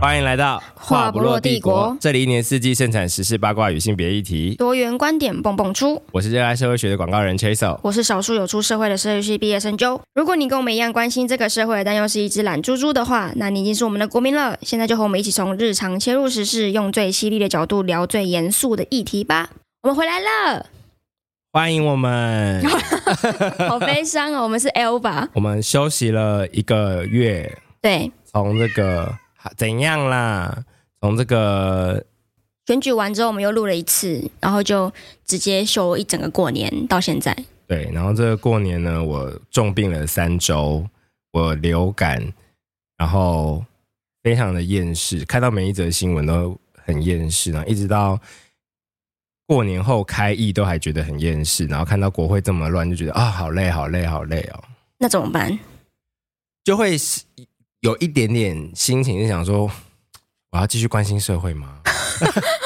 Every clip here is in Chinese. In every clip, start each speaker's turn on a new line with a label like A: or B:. A: 欢迎来到
B: 话不落帝国
A: 这里一年四季盛产时事八卦与性别议题。
B: 多元观点蹦蹦出，
A: 我是热爱社会学的广告人 Chaso。
B: 我是少数有出社会的社会系毕业生啾。如果你跟我们一样关心这个社会，但又是一只懒猪猪的话，那你已经是我们的国民了。现在就和我们一起从日常切入时事，用最犀利的角度聊最严肃的议题吧。我们回来了，
A: 欢迎我们，
B: 好悲伤 哦。我们是 L 吧？
A: 我们休息了一个月，
B: 对，
A: 从这个怎样啦？从这个
B: 选举完之后我们又录了一次，然后就直接休一整个过年到现在。
A: 对，然后这个过年呢，我重病了三周，我流感，然后非常的厌世，看到每一则新闻都很厌世，然后一直到过年后开议都还觉得很厌世，然后看到国会这么乱，就觉得啊、好累，好累，好累哦，
B: 那怎么办？
A: 就会是有一点点心情是想说，我要继续关心社会 吗？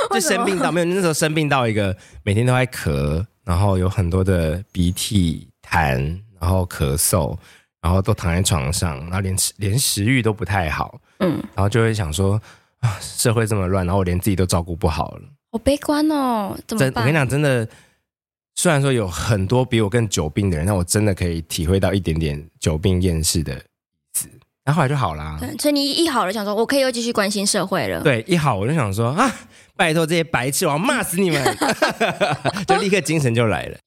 A: 就
B: 为什么
A: 生病到没有，那时候生病到一个每天都在咳，然后有很多的鼻涕、痰，然后咳嗽，然后都躺在床上，然后连吃连食欲都不太好，
B: 嗯，
A: 然后就会想说啊，社会这么乱，然后我连自己都照顾不好了。
B: 好悲观哦，怎么
A: 真，我跟你
B: 办？
A: 讲，真的，虽然说有很多比我更久病的人，但我真的可以体会到一点点久病厌世的意思。然后后来就好啦，
B: 对所以你一好了，想说我可以又继续关心社会了。
A: 对，一好我就想说啊，拜托这些白痴，我要骂死你 们，就立刻精神就来了。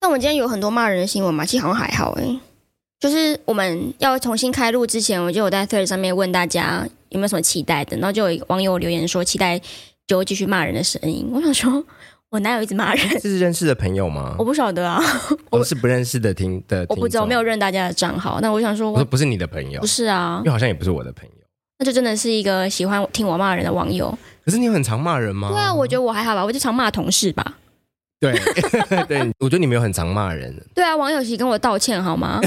B: 那我们今天有很多骂人的新闻嘛，其实好像还好诶、欸就是我们要重新开录之前，我就有在 Thread 上面问大家有没有什么期待的，然后就有一个网友留言说期待就会继续骂人的声音。我想说，我哪有一直骂 人？
A: 这是认识的朋友吗
B: 我？不晓得啊，
A: 我是不认识的听的，
B: 我不知道，我没有。认大家的账号。那我想说
A: 我说
B: 我，
A: 不是你的朋友
B: 不，是啊
A: 因为，好像也不是我的朋友。
B: 那就真的是一个喜欢听我骂人的网友。
A: 可是你很常骂人吗？
B: 对啊，我觉得我还好吧，我就常骂同事吧。
A: 对 对，我觉得你没有很常骂 人，
B: 对啊，网友其实跟我道歉好 吗？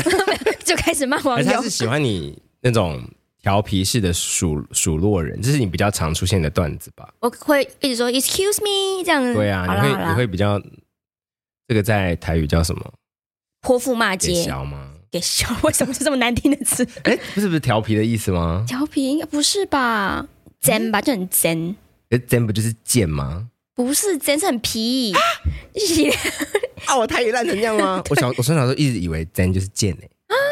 B: 就开始骂
A: 而
B: 网
A: 且他
B: 友
A: 是。喜欢你那种调皮式的数数落人，这是你比较常出现的段子吧？
B: 我会一直说 “excuse me” 这样子。
A: 对
B: 嗯好
A: 啊，
B: 啦
A: 你
B: 好
A: 会你
B: 啦，
A: 会比较这个在台语叫什么？
B: 泼妇骂
A: 给
B: 街，
A: 小吗？
B: 给笑， 为什么是这么难听的词？
A: 哎，不是不是调皮的意思吗？
B: 调皮应该不是吧？真吧，就很真，
A: 可是真不就是贱吗？
B: 不是真是很皮。
A: 啊，我台语烂成这样吗？ 我小我从小都一直以为真就是贱哎、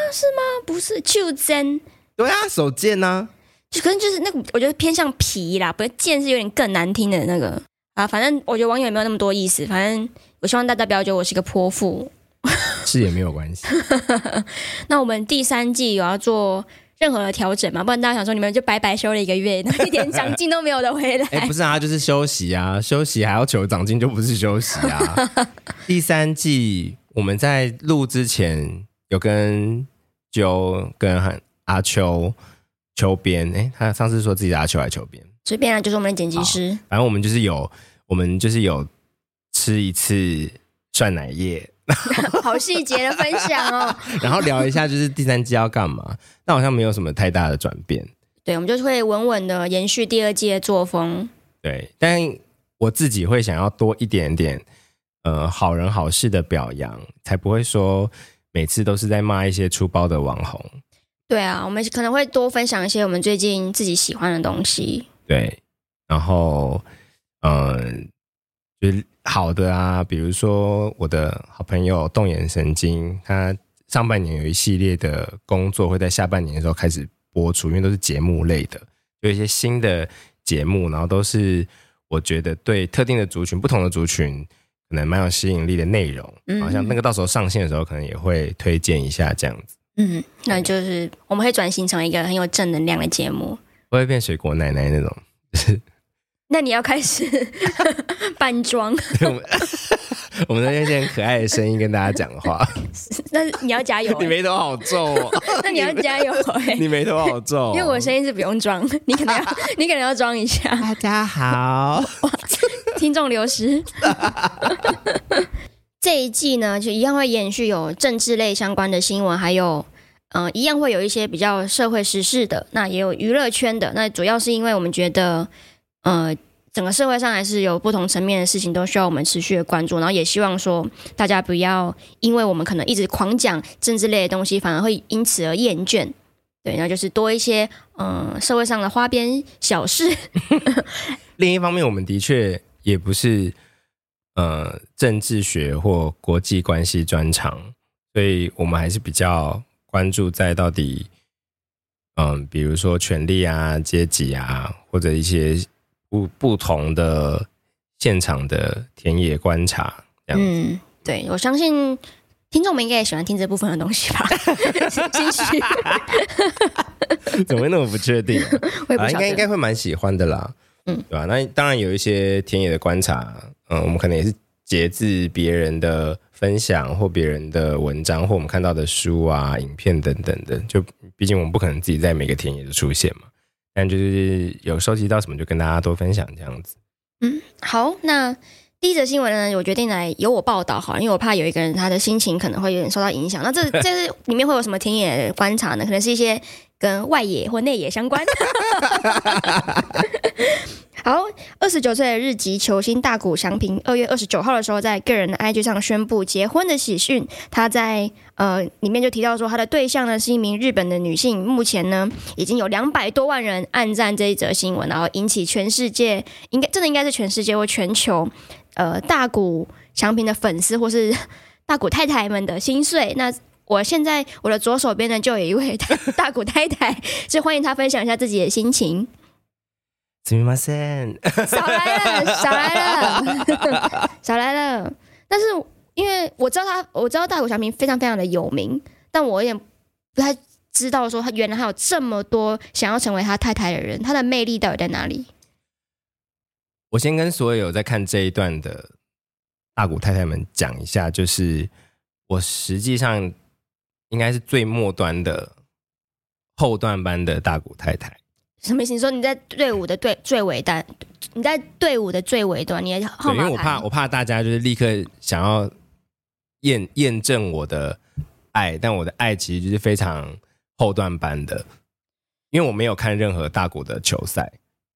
B: 不是就真，
A: 对啊，手贱呐、
B: 就可能就是那个，我觉得偏向皮啦，不是贱是有点更难听的那个啊。反正我觉得网友也没有那么多意思，反正我希望大家不要觉得我是个泼妇。
A: 是也没有关系。
B: 那我们第三季有要做任何的调整吗？不然大家想说你们就白白休了一个月，然后一点长进都没有的回来。
A: 哎、不是啊，就是休息啊，休息还要求长进，就不是休息 啊。第三季我们在录之前有跟九跟韩阿秋秋边，哎、他上次说自己是阿秋还是秋边，
B: 随便啊，就是我们的剪辑师。
A: 反正我们就是有，我们就是有吃一次涮奶液，
B: 好细节的分享哦。
A: 然后聊一下就是第三季要干嘛，但好像没有什么太大的转变。
B: 对，我们就是会稳稳的延续第二季的作风。
A: 对，但我自己会想要多一点点，呃，好人好事的表扬，才不会说每次都是在骂一些出包的网红。
B: 对啊，我们可能会多分享一些我们最近自己喜欢的东西。
A: 对，然后，嗯、就是好的啊，比如说我的好朋友动眼神经，他上半年有一系列的工作会在下半年的时候开始播出，因为都是节目类的，有一些新的节目，然后都是我觉得对特定的族群、不同的族群可能蛮有吸引力的内容，
B: 嗯
A: 好像那个到时候上线的时候，可能也会推荐一下这样子，
B: 嗯，那就是我们会转型成一个很有正能量的节目。
A: 不会变水果奶奶那种。
B: 那你要开始 扮装，
A: 对我们我们那些很可爱的声音跟大家讲话。
B: 那你要加油、欸
A: 你眉头好皱 哦，
B: 那你要加油、欸，
A: 你眉头好皱哦、
B: 因为我的声音是不用装，你可能 要你可能要装一下，
A: 大家好，
B: 听众流失。这一季呢，就一样会延续有政治类相关的新闻，还有嗯、呃一样会有一些比较社会时事的，那也有娱乐圈的。那主要是因为我们觉得，呃，整个社会上还是有不同层面的事情都需要我们持续的关注，然后也希望说大家不要因为我们可能一直狂讲政治类的东西，反而会因此而厌倦。对，然后就是多一些嗯、呃社会上的花边小事，
A: 另一方面，我们的确也不是呃政治学或国际关系专长，所以我们还是比较关注在到底，嗯、比如说权力啊、阶级啊，或者一些不不同的现场的田野观察 这样。
B: 嗯，对，我相信听众们应该也喜欢听这部分的东 西吧， 兴许
A: 怎么会那么不确定、啊？
B: 我也不
A: 啊，应
B: 晓
A: 该
B: 得。
A: 应该会蛮喜欢的啦，
B: 嗯
A: 嗯，对吧、那当然有一些田野的观察，嗯，我们可能也是截自别人的分享或别人的文章或我们看到的书啊、影片等等的，就毕竟我们不可能自己在每个田野都出现嘛，但就是有收集到什么就跟大家多分享这样子。
B: 嗯，好，那第一则新闻呢，我决定来由我报道好了，因为我怕有一个人他的心情可能会有点受到影响。那这这是里面会有什么田野的观察呢？可能是一些跟外野或内野相关。 好，二十九岁的日籍球星大谷翔平，二月二十九号的时候，在个人的 IG 上宣布结婚的喜讯。他在呃里面就提到说，他的对象呢是一名日本的女性。目前呢，已经有两百多万人按赞这一则新闻，然后引起全世界应该真的应该是全世界或全球，呃，大谷翔平的粉丝或是 大谷太太们的心碎。那我现在我的左手边呢，就有一位大大谷太太，所以欢迎她分享一下自己的心情。
A: すみません。
B: 少来了，少来了， 少来了。但是因为我知道他，我知道大谷翔平非常非常的有名，但我有点不太知道说他原来还有这么多想要成为他太太的人，他的魅力到底在哪里？
A: 我先跟所有在看这一段的大谷太太们讲一下，就是我实际上应该是最末端的后段班的大谷太太。
B: 什么意思？你说你在队伍的最最尾端，你在队伍的最尾端，你的号
A: 对，因
B: 码
A: 为我怕
B: 牌
A: 我怕大家就是立刻想要验验证我的爱，但我的爱其实就是非常后段班的，因为我没有看任何大股的球赛。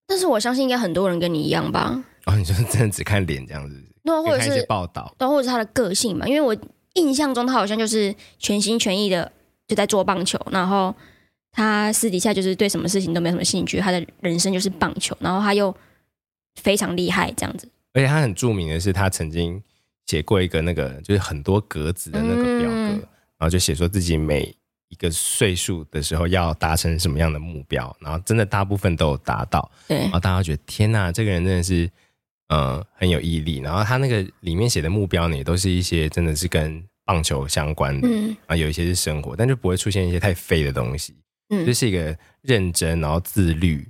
B: 但是我相信应该很多人跟你一样吧？
A: 哦，你就是真的只看脸这样子，
B: 那或
A: 就
B: 者
A: 看一些
B: 是，
A: 报道。
B: 那或者是他的个性嘛？因为我印象中他好像就是全心全意的就在做棒球，然后他私底下就是对什么事情都没什么兴趣，他的人生就是棒球，然后他又非常厉害这样子。
A: 而且他很著名的是，他曾经写过一个那个就是很多格子的那个表格，
B: 嗯
A: 然后就写说自己每一个岁数的时候要达成什么样的目标，然后真的大部分都有达到，
B: 对
A: 然，后大家觉得天呐，这个人真的是呃很有毅力。然后他那个里面写的目标呢，也都是一些真的是跟棒球相关的，
B: 嗯
A: 然后有一些是生活，但就不会出现一些太废的东西。这
B: 嗯，
A: 是一个认真，然后自律，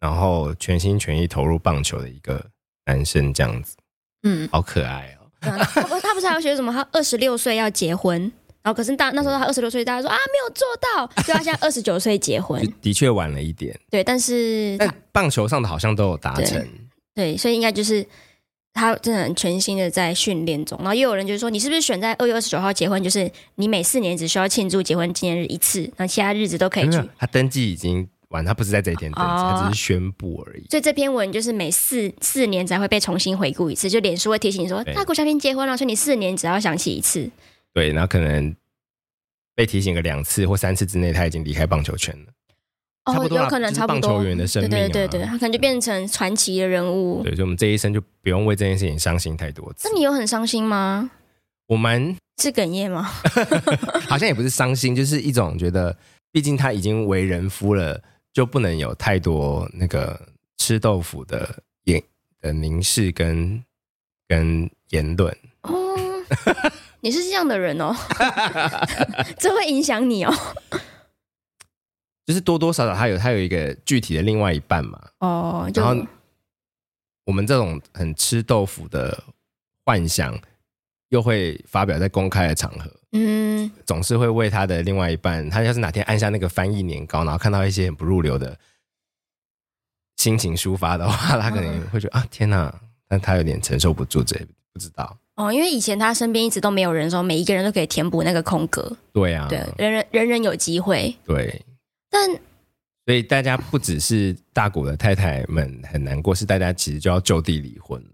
A: 然后全心全意投入棒球的一个男生，这样子，
B: 嗯，
A: 好可爱哦。
B: 对啊那他不他不是还要学什么？他二十六岁要结婚，然后可是大那时候他二十六岁，大家说啊没有做到，所以他现在二十九岁结婚
A: 就。的确晚了一点，
B: 对，但是他
A: 但棒球上的好像都有达成。
B: 嗯对，所以应该就是他真的很全心的在训练中。然后也有人就说，你是不是选在二月二十九号结婚？就是你每四年只需要庆祝结婚纪念日一次，然后其他日子都可以
A: 没
B: 去
A: 有，。他登记已经完，他不是在这一天登记，
B: 哦
A: 他只是宣布而已。
B: 所以这篇文就是每四四年才会被重新回顾一次，就脸书会提醒你说，
A: 对
B: 大谷翔平结婚了，所以你四年只要想起一次。
A: 对，然后可能被提醒个两次或三次之内，他已经离开棒球圈了。差
B: 哦
A: 不，多啦
B: 有可能
A: 就是
B: 差不多。
A: 棒球员的生命啊嗯
B: 对对对对，他可能就变成传奇的人物。
A: 对，所以我们这一生就不用为这件事情伤心太多次
B: 嗯那。你有很伤心吗？
A: 我 们
B: 是哽 咽吗？
A: 好像也不是伤心，就是一种觉得，毕竟他已经为人夫了，就不能有太多那个吃豆腐的眼的凝视跟跟言论。
B: 哦，你是这样的人 哦，这会影响你哦。
A: 就是多多少少，他有他有一个具体的另外一半嘛，
B: 哦，就
A: 然后我们这种很吃豆腐的幻想，又会发表在公开的场合，
B: 嗯，
A: 总是会为他的另外一半，他要是哪天按下那个翻译年糕，然后看到一些很不入流的心情抒发的话，他可能会觉得、啊，天哪！但他有点承受不住这，不知道。
B: 哦，因为以前他身边一直都没有人说每一个人都可以填补那个空格，
A: 对啊，
B: 对，人人人人有机会，
A: 对
B: 但
A: 所以大家不只是大股的太太们很难过，是大家其实就要就地离婚了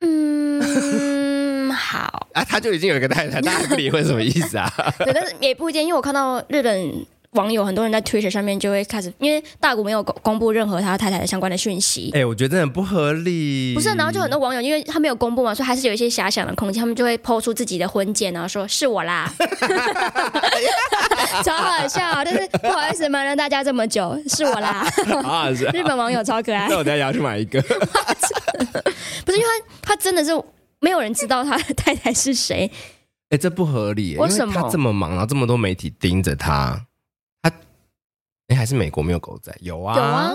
B: 嗯，好，
A: 啊！他就已经有一个太太，大家还不离婚什么意思啊？
B: 对，但是也不一定，因为我看到日本网友很多人在 Twitter 上面就会开始，因为大谷没有公公布任何他太太的相关的讯息，
C: 哎、我觉得很不合理。
B: 不是，然后就
A: 嗯
B: 很多网友因为他没有公布嘛，所以还是有一些遐想的空间，他们就会抛出自己的婚戒，然后说 是我啦，超好笑，啊但是不好意思瞒了大家这么久，是我 啦。
A: 啊，是
B: 日本网友超可爱
A: 那，我等一下要去买一 个。
B: 不是因为他他真的是没有人知道他的太太是谁，
C: 哎、这不合理耶，
B: 为什
C: 因他
B: 么
C: 这么
A: 这么忙，然后这么多媒体盯着他，他哎、还是美国没有狗仔？有啊，
B: 有啊，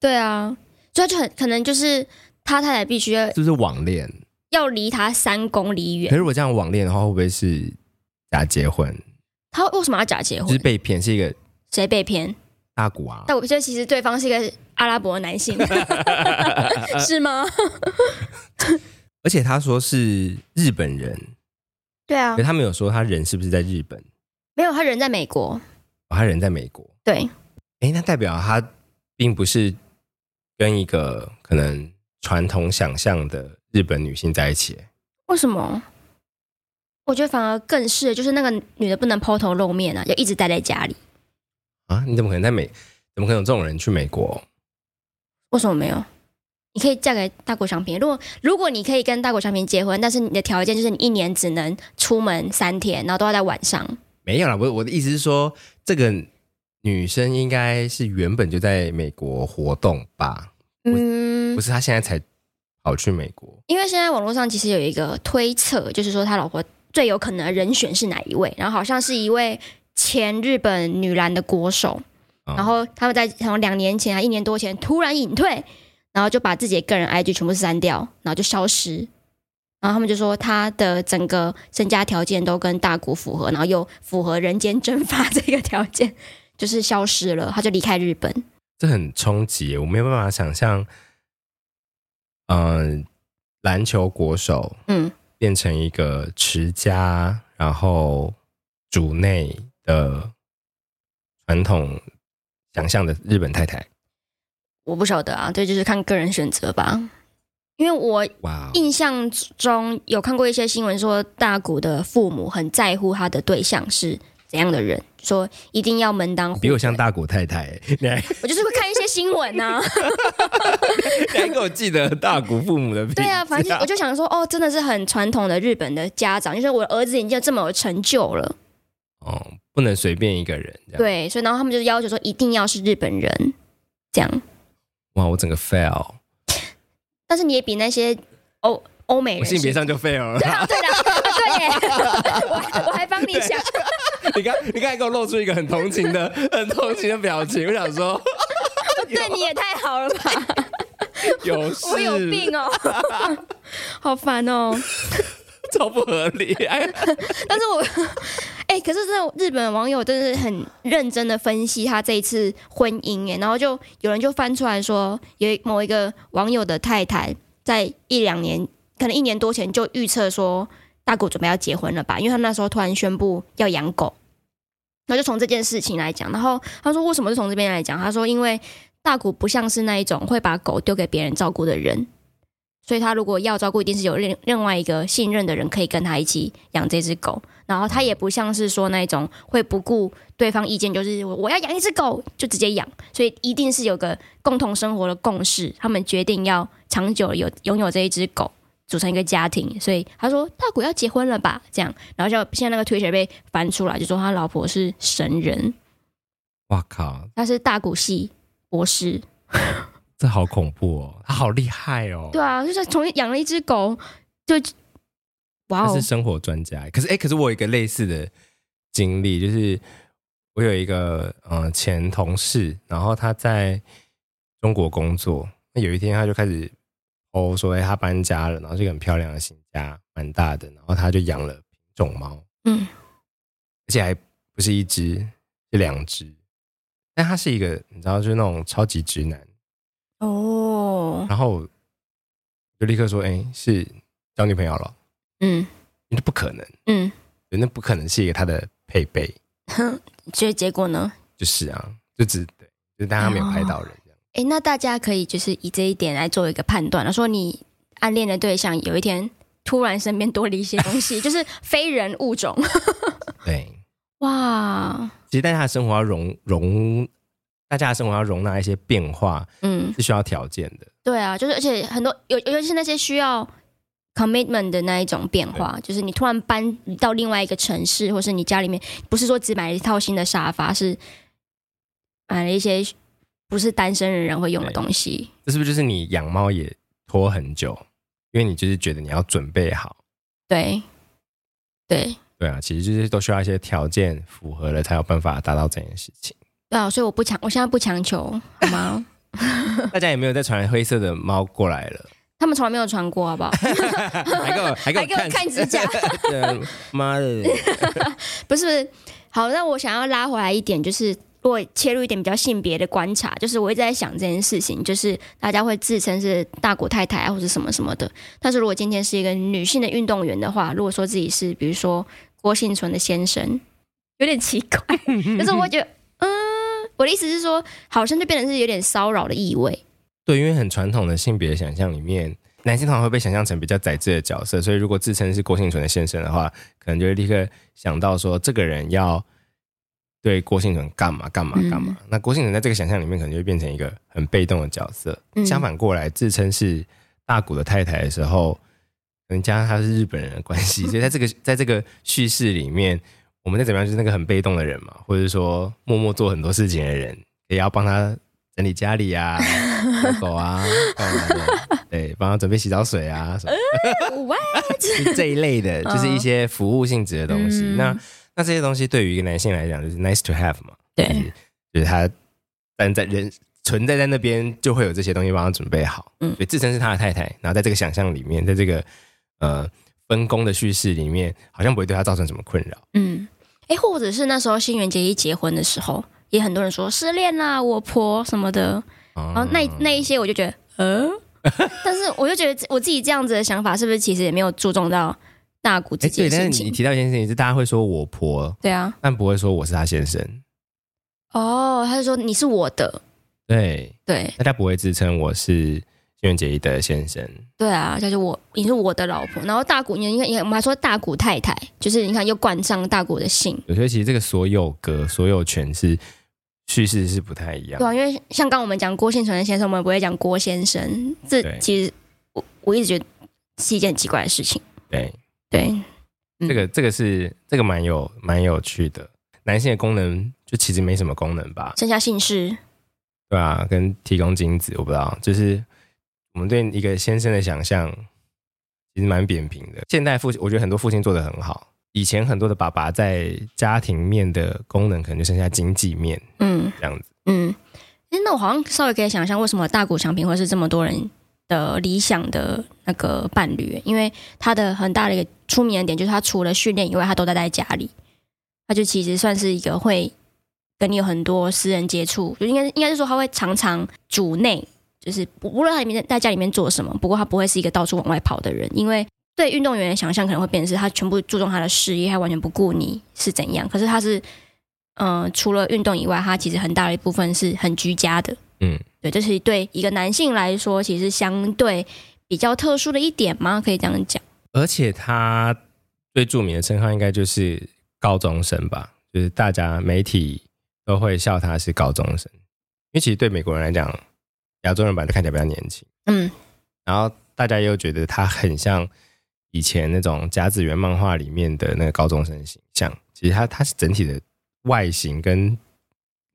B: 对啊，所以他就很可能就是他太太必须要
A: 是不是网恋？
B: 要离他三公里
A: 可是
B: 远，
A: 如果这样网恋的话，会不会是假结婚？
B: 他为什么要假结
A: 就是
B: 婚？
A: 被骗，是一个
B: 谁被骗？
A: 大股啊？
B: 但我觉得其实对方是一个阿拉伯 男性，是吗？
A: 而且他说是日本人，
B: 对啊
A: 可是，他没有说他人是不是在日本，
B: 没有，他人在美国，
A: 哦他人在美国。
B: 对，
A: 哎、那代表他并不是跟一个可能传统想象的日本女性在一起。
B: 为什么？我觉得反而更是，就是那个女的不能抛头露面啊，要一直待在家里。
A: 啊，你怎么可能在美？怎么可能有这种人去美国？
B: 为什么没有？你可以嫁给大国祥平。如果如果你可以跟大国祥平结婚，但是你的条件就是你一年只能出门三天，然后都要在晚上。
A: 没有啦，我我的意思是说，这个女生应该是原本就在美国活动吧，
B: 嗯
A: 不，是她现在才跑去美国。
B: 因为现在网络上其实有一个推测，就是说他老婆最有可能的人选是哪一位，然后好像是一位前日本女篮的国手，
A: 嗯
B: 然后他们在从两年前啊一年多前突然隐退，然后就把自己的个人 IG 全部删掉，然后就消失。然后他们就说他的整个身家条件都跟大谷符合，然后又符合人间蒸发这个条件，就是消失了，他就离开日本。
A: 这很冲击耶，我没有办法想象，嗯、篮球国手
B: 嗯，
A: 变成一个持家，然后主内的传统想象的日本太太。
B: 我不晓得啊，这就是看个人选择吧。因为我
A: 哇哦，
B: 印象中有看过一些新闻说，大谷的父母很在乎他的对象是怎样的人，说一定要门当户
A: 比我
B: 对
A: 像大谷太太耶，你 还
B: 我就是会看一些新闻啊 呐、
A: 你还给我记得大谷父母的名字
B: 对啊，反正我就想说，哦，真的是很传统的日本的家长，就是我儿子已经这么有成就了，
A: 哦，不能随便一个人这样。，
B: 对，啊所以然后他们就要求说一定要是日本人，这样。
A: 哇，我整个 fail，
B: 但是你也比那些欧欧美
A: 我
B: 人
A: 性别上就 fail 了
B: 对。啊，对的、啊， 对耶，我还我还帮你想，
A: 你刚你刚才给我露出一个很同情的、很同情的表情，我想 说
B: 对你也太好了吧，
A: 有事，
B: 我有病 哦，好烦哦。
A: 超不合理。哎，
B: 但是我，哎、可是真的，日本网友真的是很认真的分析他这一次婚姻，哎，然后就有人就翻出来说，有一某一个网友的太太在一两年，可能一年多前就预测说大狗准备要结婚了吧，因为他那时候突然宣布要养狗，然后就从这件事情来讲，然后他说为什么是从这边来讲？他说因为大谷不像是那一种会把狗丢给别人照顾的人，所以他如果要照顾，一定是有另另外一个信任的人可以跟他一起养这只狗。然后他也不像是说那种会不顾对方意见，就是我我要养一只狗就直接养，所以一定是有个共同生活的共识，他们决定要长久有拥有这一只狗，组成一个家庭。所以他说大谷要结婚了吧？这样，然后就现在那个推特被翻出来，就说他老婆是神人，
A: 哇靠，
B: 他是大谷系博士，
A: 这好恐怖哦，他好厉害哦。
B: 对啊，就是从养了一只狗就，哇
A: 他
B: 哦
A: 是，生活专家。可是，哎、可是我有一个类似的经历，就是我有一个呃前同事，然后他在中国工作，那有一天他就开始哦说，哎、他搬家了，然后是一个很漂亮的新家，蛮大的，然后他就养了品种猫，
B: 嗯，
A: 而且还不是一只，是两只。但他是一个你知道，就是那种超级直男，
B: 哦，
A: 然后我就立刻说，哎、是交女朋友了？
B: 嗯
A: 那不可能。
B: 嗯，
A: 对那不可能是一个他的配备，
B: 哼，所以结果呢？
A: 就是啊，就只对，就是但他没有拍到人这样。
B: 诶，那大家可以就是以这一点来做一个判断，说你暗恋的对象有一 天突然身边多了一些东西，就是非人物种，
A: 对，
B: 哇，
A: 其实大家的生活要容容，大家的生活要容纳一些变化，
B: 嗯，
A: 是需要条件的。
B: 对啊，就是而且很多有尤其是那些需要 commitment 的那一种变化，就是你突然搬到另外一个城市，或是你家里面不是说只买了一套新的沙发，是买了一些不是单身的人会用的东西。
A: 这是不是就是你养猫也拖很久？因为你就是觉得你要准备好，
B: 对，对，
A: 对啊，其实就是都需要一些条件符合了，才有办法达到这件事 情。
B: 对啊，所以我不强，我现在不强求，好吗？
A: 大家也没有再传灰色的猫过来 了，
B: 他们从来没有穿过，好不好？
A: 还给我还给
B: 还
A: 我
B: 给我
A: 看
B: 看指甲，
A: 对，啊妈的，
B: 不是，好，那我想要拉回来一点，就是我切入一点比较性别的观察，就是我一直在想这件事情，就是大家会自称是大国太太啊，或者什么什么的，但是如果今天是一个女性的运动员的话，如果说自己是比如说郭幸存的先生，有点奇怪，就是我会觉得，嗯，我的意思是说，好像就变成是有点骚扰的意味，
A: 对，因为很传统的性别想象里面，男性通常会被想象成比较宰制的角色，所以如果自称是郭幸存的先生的话，可能就会立刻想到说，这个人要对郭幸存干嘛干嘛干嘛。那郭幸存在这个想象里面，可能就会变成一个很被动的角色。
B: 嗯
A: 相反过来，自称是大谷的太太的时候，可能加上他是日本人的关系，所以在这个在这个叙事里面，我们再怎么样就是那个很被动的人嘛，或者说默默做很多事情的人，也要帮他整理家里啊，遛狗啊，干嘛的对，帮他准备洗澡水啊，什么
B: 哇，
A: 就是这一类的，就是一些服务性质的东西。
B: 嗯
A: 那那这些东西对于一个男性来讲，就是 nice to have 嘛，
B: 对，
A: 就是他但在人存在在那边，就会有这些东西帮他准备好。
B: 嗯
A: 嗯，对，自称是他的太太，然后在这个想象里面，在这个呃分工的叙事里面，好像不会对他造成什么困扰。
B: 嗯，哎，或者是那时候新垣结衣结婚的时候，也很多人说失恋啦、我婆什么的。
A: 哦
B: 然后那那一些我就觉得，呃， 但是我就觉得我自己这样子的想法，是不是其实也没有注重到大谷
A: 哎
B: 自己
A: 对，
B: 的
A: 但
B: 心
A: 是你
B: 情？
A: 提到一件事情是，大家会说我婆，
B: 对啊，
A: 但不会说我是他先生。
B: 哦，他就说你是我的，
A: 对，
B: 对
A: 大家不会自称我是新垣结衣的先生。
B: 对啊，他就我你是我的老婆。然后大谷，你你看，你看，我们还说大谷太太，就是你看又冠上大谷的姓，
A: 有些其实这个所有格、所有权是叙事是不太一样
B: 对啊，因为像刚我们讲郭姓存先生，我们不会讲郭先生，这
A: 对
B: 其实我我一直觉得是一件很奇怪的事情，
A: 对，
B: 对。嗯
A: 这个这个是这个蛮有蛮有趣的。男性的功能就其实没什么功能吧，
B: 剩下姓氏，
A: 对啊，跟提供精子，我不知道，就是我们对一个先生的想象其实蛮扁平的。现代父亲，我觉得很多父亲做的很好。以前很多的爸爸在家庭面的功能，可能就剩下经济面
B: 嗯。
A: 这样子。
B: 嗯，诶那我好像稍微可以想象，为什么大谷翔平会是这么多人的理想的那个伴侣？因为他的很大的一个出名的点就是，他除了训练以外，他都待在家里，他就其实算是一个会跟你有很多私人接触，就应该应该是说他会常常主内，就是不无论他里面在家里面做什么，不过他不会是一个到处往外跑的人，因为。对运动员的想象可能会变成是他全部注重他的事业，他完全不顾你是怎样。可是他是嗯，除了运动以外，它其实很大的一部分是很居家的。
A: 嗯，
B: 对，这是对一个男性来说，其实相对比较特殊的一点吗？可以这样讲。
A: 而且他最著名的称号应该就是高中生吧，就是大家媒体都会笑他是高中生，因为其实对美国人来讲，亚洲人本来就看起来比较年轻，
B: 嗯，
A: 然后大家又觉得他很像以前那种甲子园漫画里面的那个高中生形象，其实他他是整体的外形跟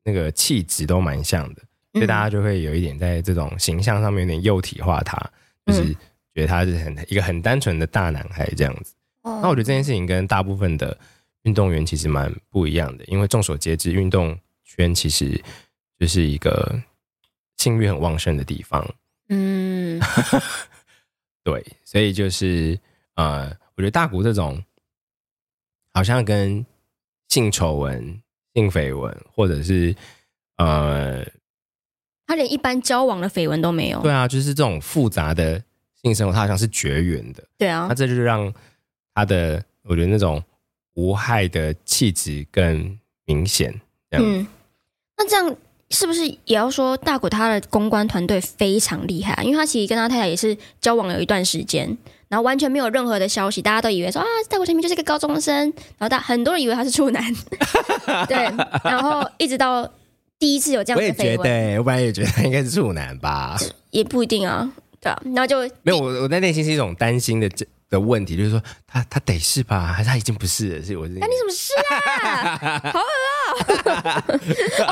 A: 那个气质都蛮像的，啊
B: 嗯
A: 所以大家就会有一点在这种形象上面有点幼体化他，就是觉得他是很一个很单纯的大男孩这样子。
B: 嗯，
A: 那我觉得这件事情跟大部分的运动员其实蛮不一样的，因为众所皆知，运动圈其实就是一个性欲很旺盛的地方。
B: 嗯，
A: 对，所以就是呃，我觉得大谷这种好像跟性丑闻、性绯闻，或者是呃，
B: 他连一般交往的绯闻都没有。
A: 对啊，就是这种复杂的性生活，它好像是绝缘的。
B: 对啊
A: 那，这就让他的我觉得那种无害的气质更明显。这样，
B: 嗯，那这样是不是也要说大谷他的公关团队非常厉害啊？因为他其实跟他太太也是交往了一段时间，然后完全没有任何的消息，大家都以为说啊，大谷翔平就是个高中生，然后大很多人以为他是处男， 对，然后一直到第一次有这样
A: 我
B: 的
A: 也觉
B: 绯
A: 得、欸
B: 闻，
A: 我本来也觉得应该是处男 吧，
B: 也不一定啊，对啊，然后就
A: 没有，我我在内心是一种担心的的问题，就是说他他得是吧，还是他已经不是了？是我是
B: 干你什么事啊？ 好恶 啊、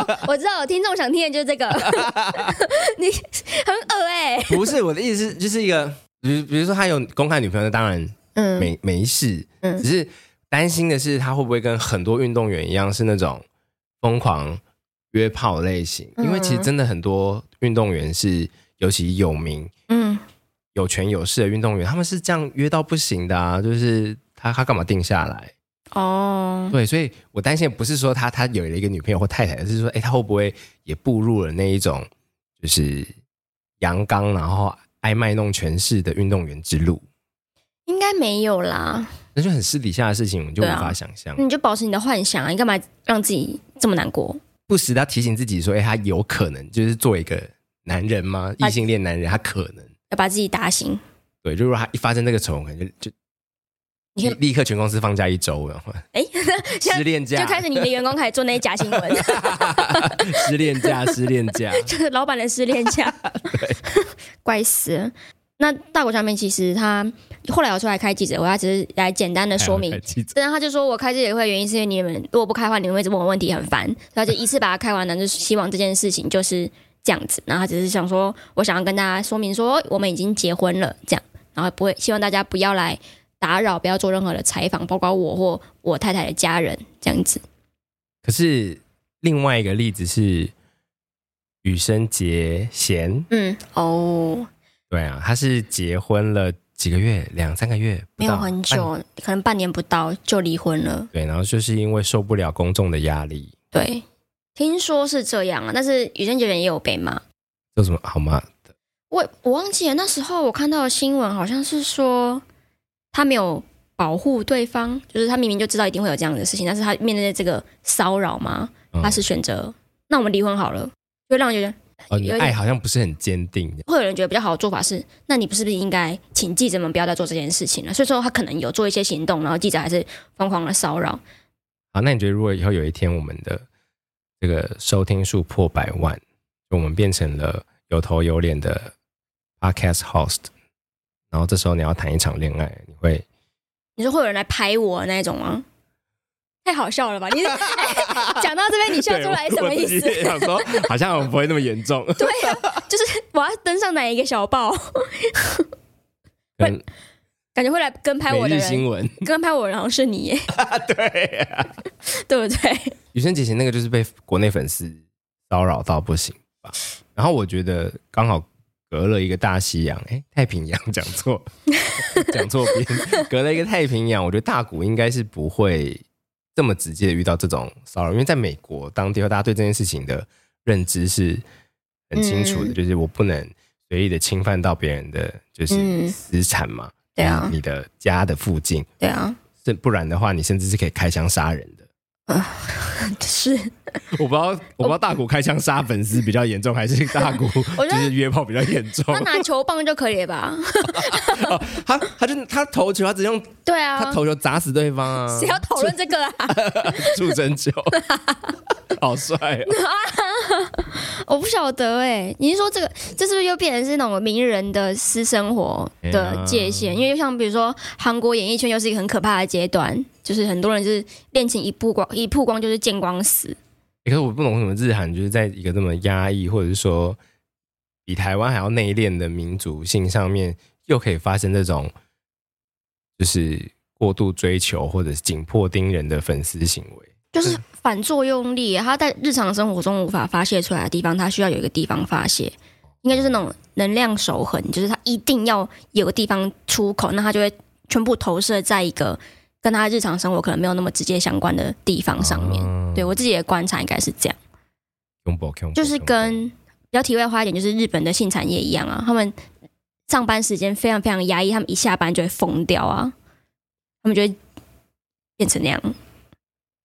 B: 哦！我知道，听众想听的就是这个， 你很恶哎、
A: 不是我的意思是，就是一个，比如比如说他有公开女朋友，那当然
B: 嗯，
A: 没没事，
B: 嗯
A: 只是担心的是他会不会跟很多运动员一样是那种疯狂约炮类型？因为其实
B: 嗯
A: 真的很多运动员是，尤其有名、
B: 嗯，
A: 有权有势的运动员，他们是这样约到不行的啊！就是他他干嘛定下来？
B: 哦，
A: 对，所以我担心的不是说他他有了一个女朋友或太太，而是说，哎，他会不会也步入了那一种就是阳刚然后爱卖弄权势的运动员之路？
B: 应该没有啦。
A: 那就很私底下的事情，我们就无
B: 对啊
A: 法想象。
B: 你就保持你的幻想啊，你干嘛让自己这么难过？
A: 不时的提醒自己说，哎，他有可能就是做一个男人吗？
B: 啊
A: 异性恋男人，他可能
B: 要把自己打醒。
A: 对。就如果他一发生这个丑闻，可能就就
B: 你看
A: 立立刻全公司放假一周，然后
B: 哎，
A: 失
B: 现在
A: 恋假，
B: 就开始你的员工开始做那些假新闻，
A: 失恋假，失恋假。
B: 就是老板的失恋假， 怪死了。那大谷翔平其实他后来有出来开记者会，他只是来简单的说明
A: 还有开记者
B: 但他就说我开记者会的原因是因为你们如果不开的话，你们会一直问我问题，很烦。所以他就一次把它开完了，就是希望这件事情就是这样子。然后他只是想说，我想要跟大家说明说我们已经结婚了，这样，然后不会希望大家不要来打扰，不要做任何的采访，包括我或我太太的家人这样子。
A: 可是另外一个例子是羽生结弦，
B: 嗯，哦，
A: 对啊，他是结婚了几个月，两三个月，不
B: 没有
A: 到
B: 很
A: 半
B: 久，可能半年不到就离婚了。
A: 对，然后就是因为受不了公众的压力，
B: 对，听说是这样啊，但是羽生结弦也有被骂。
A: 有什么好吗？
B: 我我忘记了，那时候我看到的新闻好像是说他没有保护对方，就是他明明就知道一定会有这样的事情，但是他面对这个骚扰嘛，
A: 嗯
B: 他是选择、那我们离婚好了，就会让人觉得
A: 哦，你的
B: 有点
A: 爱好像不是很坚定，
B: 会有人觉得比较好的做法是，那你不是不是应该请记者们不要再做这件事情了？所以说他可能有做一些行动，然后记者还是疯狂的骚扰。
A: 好，那你觉得如果以后有一天我们的这个收听数破百万，就我们变成了有头有脸的 podcast host，然后这时候你要谈一场恋爱，你会
B: 你说会有人来拍我那种吗？太好笑了吧！你 哎讲到这 边，你笑出来什么意思？
A: 想说好像我不会那么严重，
B: 对啊，就是我要登上哪一个小报，
A: 跟
B: 感觉会来跟拍我
A: 每
B: 的
A: 日新
B: 人，
A: 闻
B: 跟拍我的人好像是你 耶，
A: 对、啊。
B: 对不对？
A: 羽生结弦那个就是被国内粉丝骚扰到不行吧？然后我觉得刚好隔了一个大西洋，哎，太平洋讲错， 讲错边，隔了一个太平洋，我觉得大谷应该是不会这么直接的遇到这种骚扰，因为在美国当地，大家对这件事情的认知是很清楚的，
B: 嗯
A: 就是我不能随意的侵犯到别人的就是
B: 嗯
A: 私产嘛，
B: 对啊
A: 你的家的附近，
B: 对啊，
A: 这不然的话，你甚至是可以开枪杀人的。
B: 是，
A: 我不知道，我不知道大谷开枪杀粉丝比较严重，还 是大谷
B: 哦我觉
A: 就
B: 得
A: 是约炮比较严重
B: 他。拿球棒就可以了吧？
A: 他他就他投球，他只用
B: 对啊
A: 他，投球砸死对方啊
B: 谁，要讨论这个啊？
A: 助针球，好帅 哦！
B: 我不晓得哎、你是说这个，这是不是又变成是那种名人的私生活
A: 哎
B: 的界限？因为就像比如说韩国演艺圈又是一个很可怕的阶段，就是很多人就是恋情一曝光，一曝光就是见光死。
A: 可是我不懂为什么日韩就是在一个这么压抑，或者是说比台湾还要内敛的民族性上面，又可以发生这种就是过度追求或者是紧迫盯人的粉丝行为。
B: 就是反作用力，他在日常生活中无法发泄出来的地方，他需要有一个地方发泄，应该就是那种能量守恒，就是他一定要有个地方出口，那他就会全部投射在一个跟他日常生活可能没有那么直接相关的地方上面。
A: 啊
B: 对我自己的观察应该是这样，
A: Kumbo，Kumbo，
B: 就是跟比较题外话一点，就是日本的性产业一样啊，他们上班时间非常非常压抑，他们一下班就会疯掉啊，他们就会变成那样。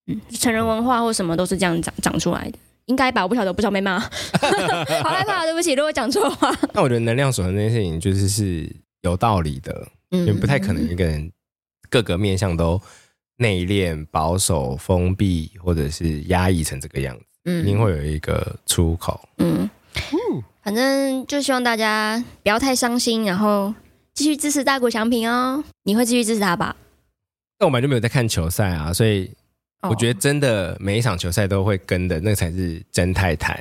B: 嗯，成人文化或什么都是这样长长出来的，应该吧，我不晓得，我不知道被骂， 好害怕，对不起，如果讲错话，
A: 但我觉得能量守恒这件事情就是是有道理的，因为
B: 嗯
A: 不太可能一个人各个面向都内敛、保守、封闭，或者是压抑成这个样子，一定
B: 嗯
A: 会有一个出口。
B: 嗯，反正就希望大家不要太伤心，然后继续支持大谷翔平哦，你会继续支持他吧？
A: 但我本来就没有在看球赛啊，所以我觉
B: 得
A: 得真的每一场球赛都会跟的，那才是真太太。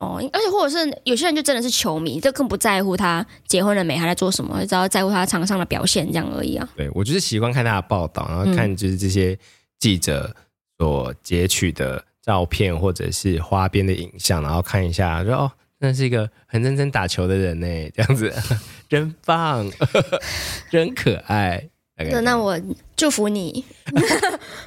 B: 哦，而且或者是有些人就真的是球迷，就更不在乎他结婚了没，还在做什么，只要在乎他场上的表现这样而已啊。
A: 对我就是喜欢看他的报道，然后
B: 嗯
A: 看就是这些记者所截取的照片或者是花边的影像，然后看一下说哦，那是一个很认真打球的人呢，这样子 真棒， 真可爱。大概这
B: 那
A: 样
B: 那我祝福你，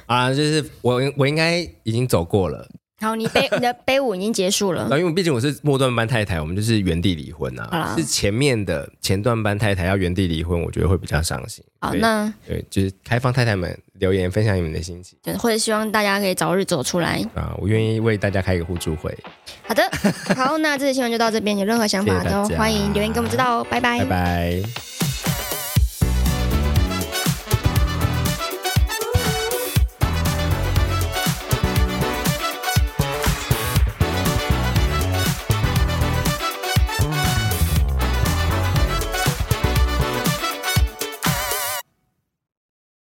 A: 啊，就是我我应该已经走过了，
B: 然后你杯你的杯舞已经结束了
A: 然后，因为毕竟我是末段班太太，我们就是原地离婚
B: 好啦
A: 啊，是前面的前段班太太要原地离婚，我觉得会比较伤心。
B: 好，
A: 对
B: 那
A: 对，就是开放太太们留言分享你们的心情。
B: 就或者希望大家可以早日走出来。
A: 啊，我愿意为大家开一个互助会，
B: 好的，好，那这次新闻就到这边，有任何想法
A: 谢谢大
B: 都
A: 家
B: 欢迎留言给我们知道哦，拜
A: 拜拜。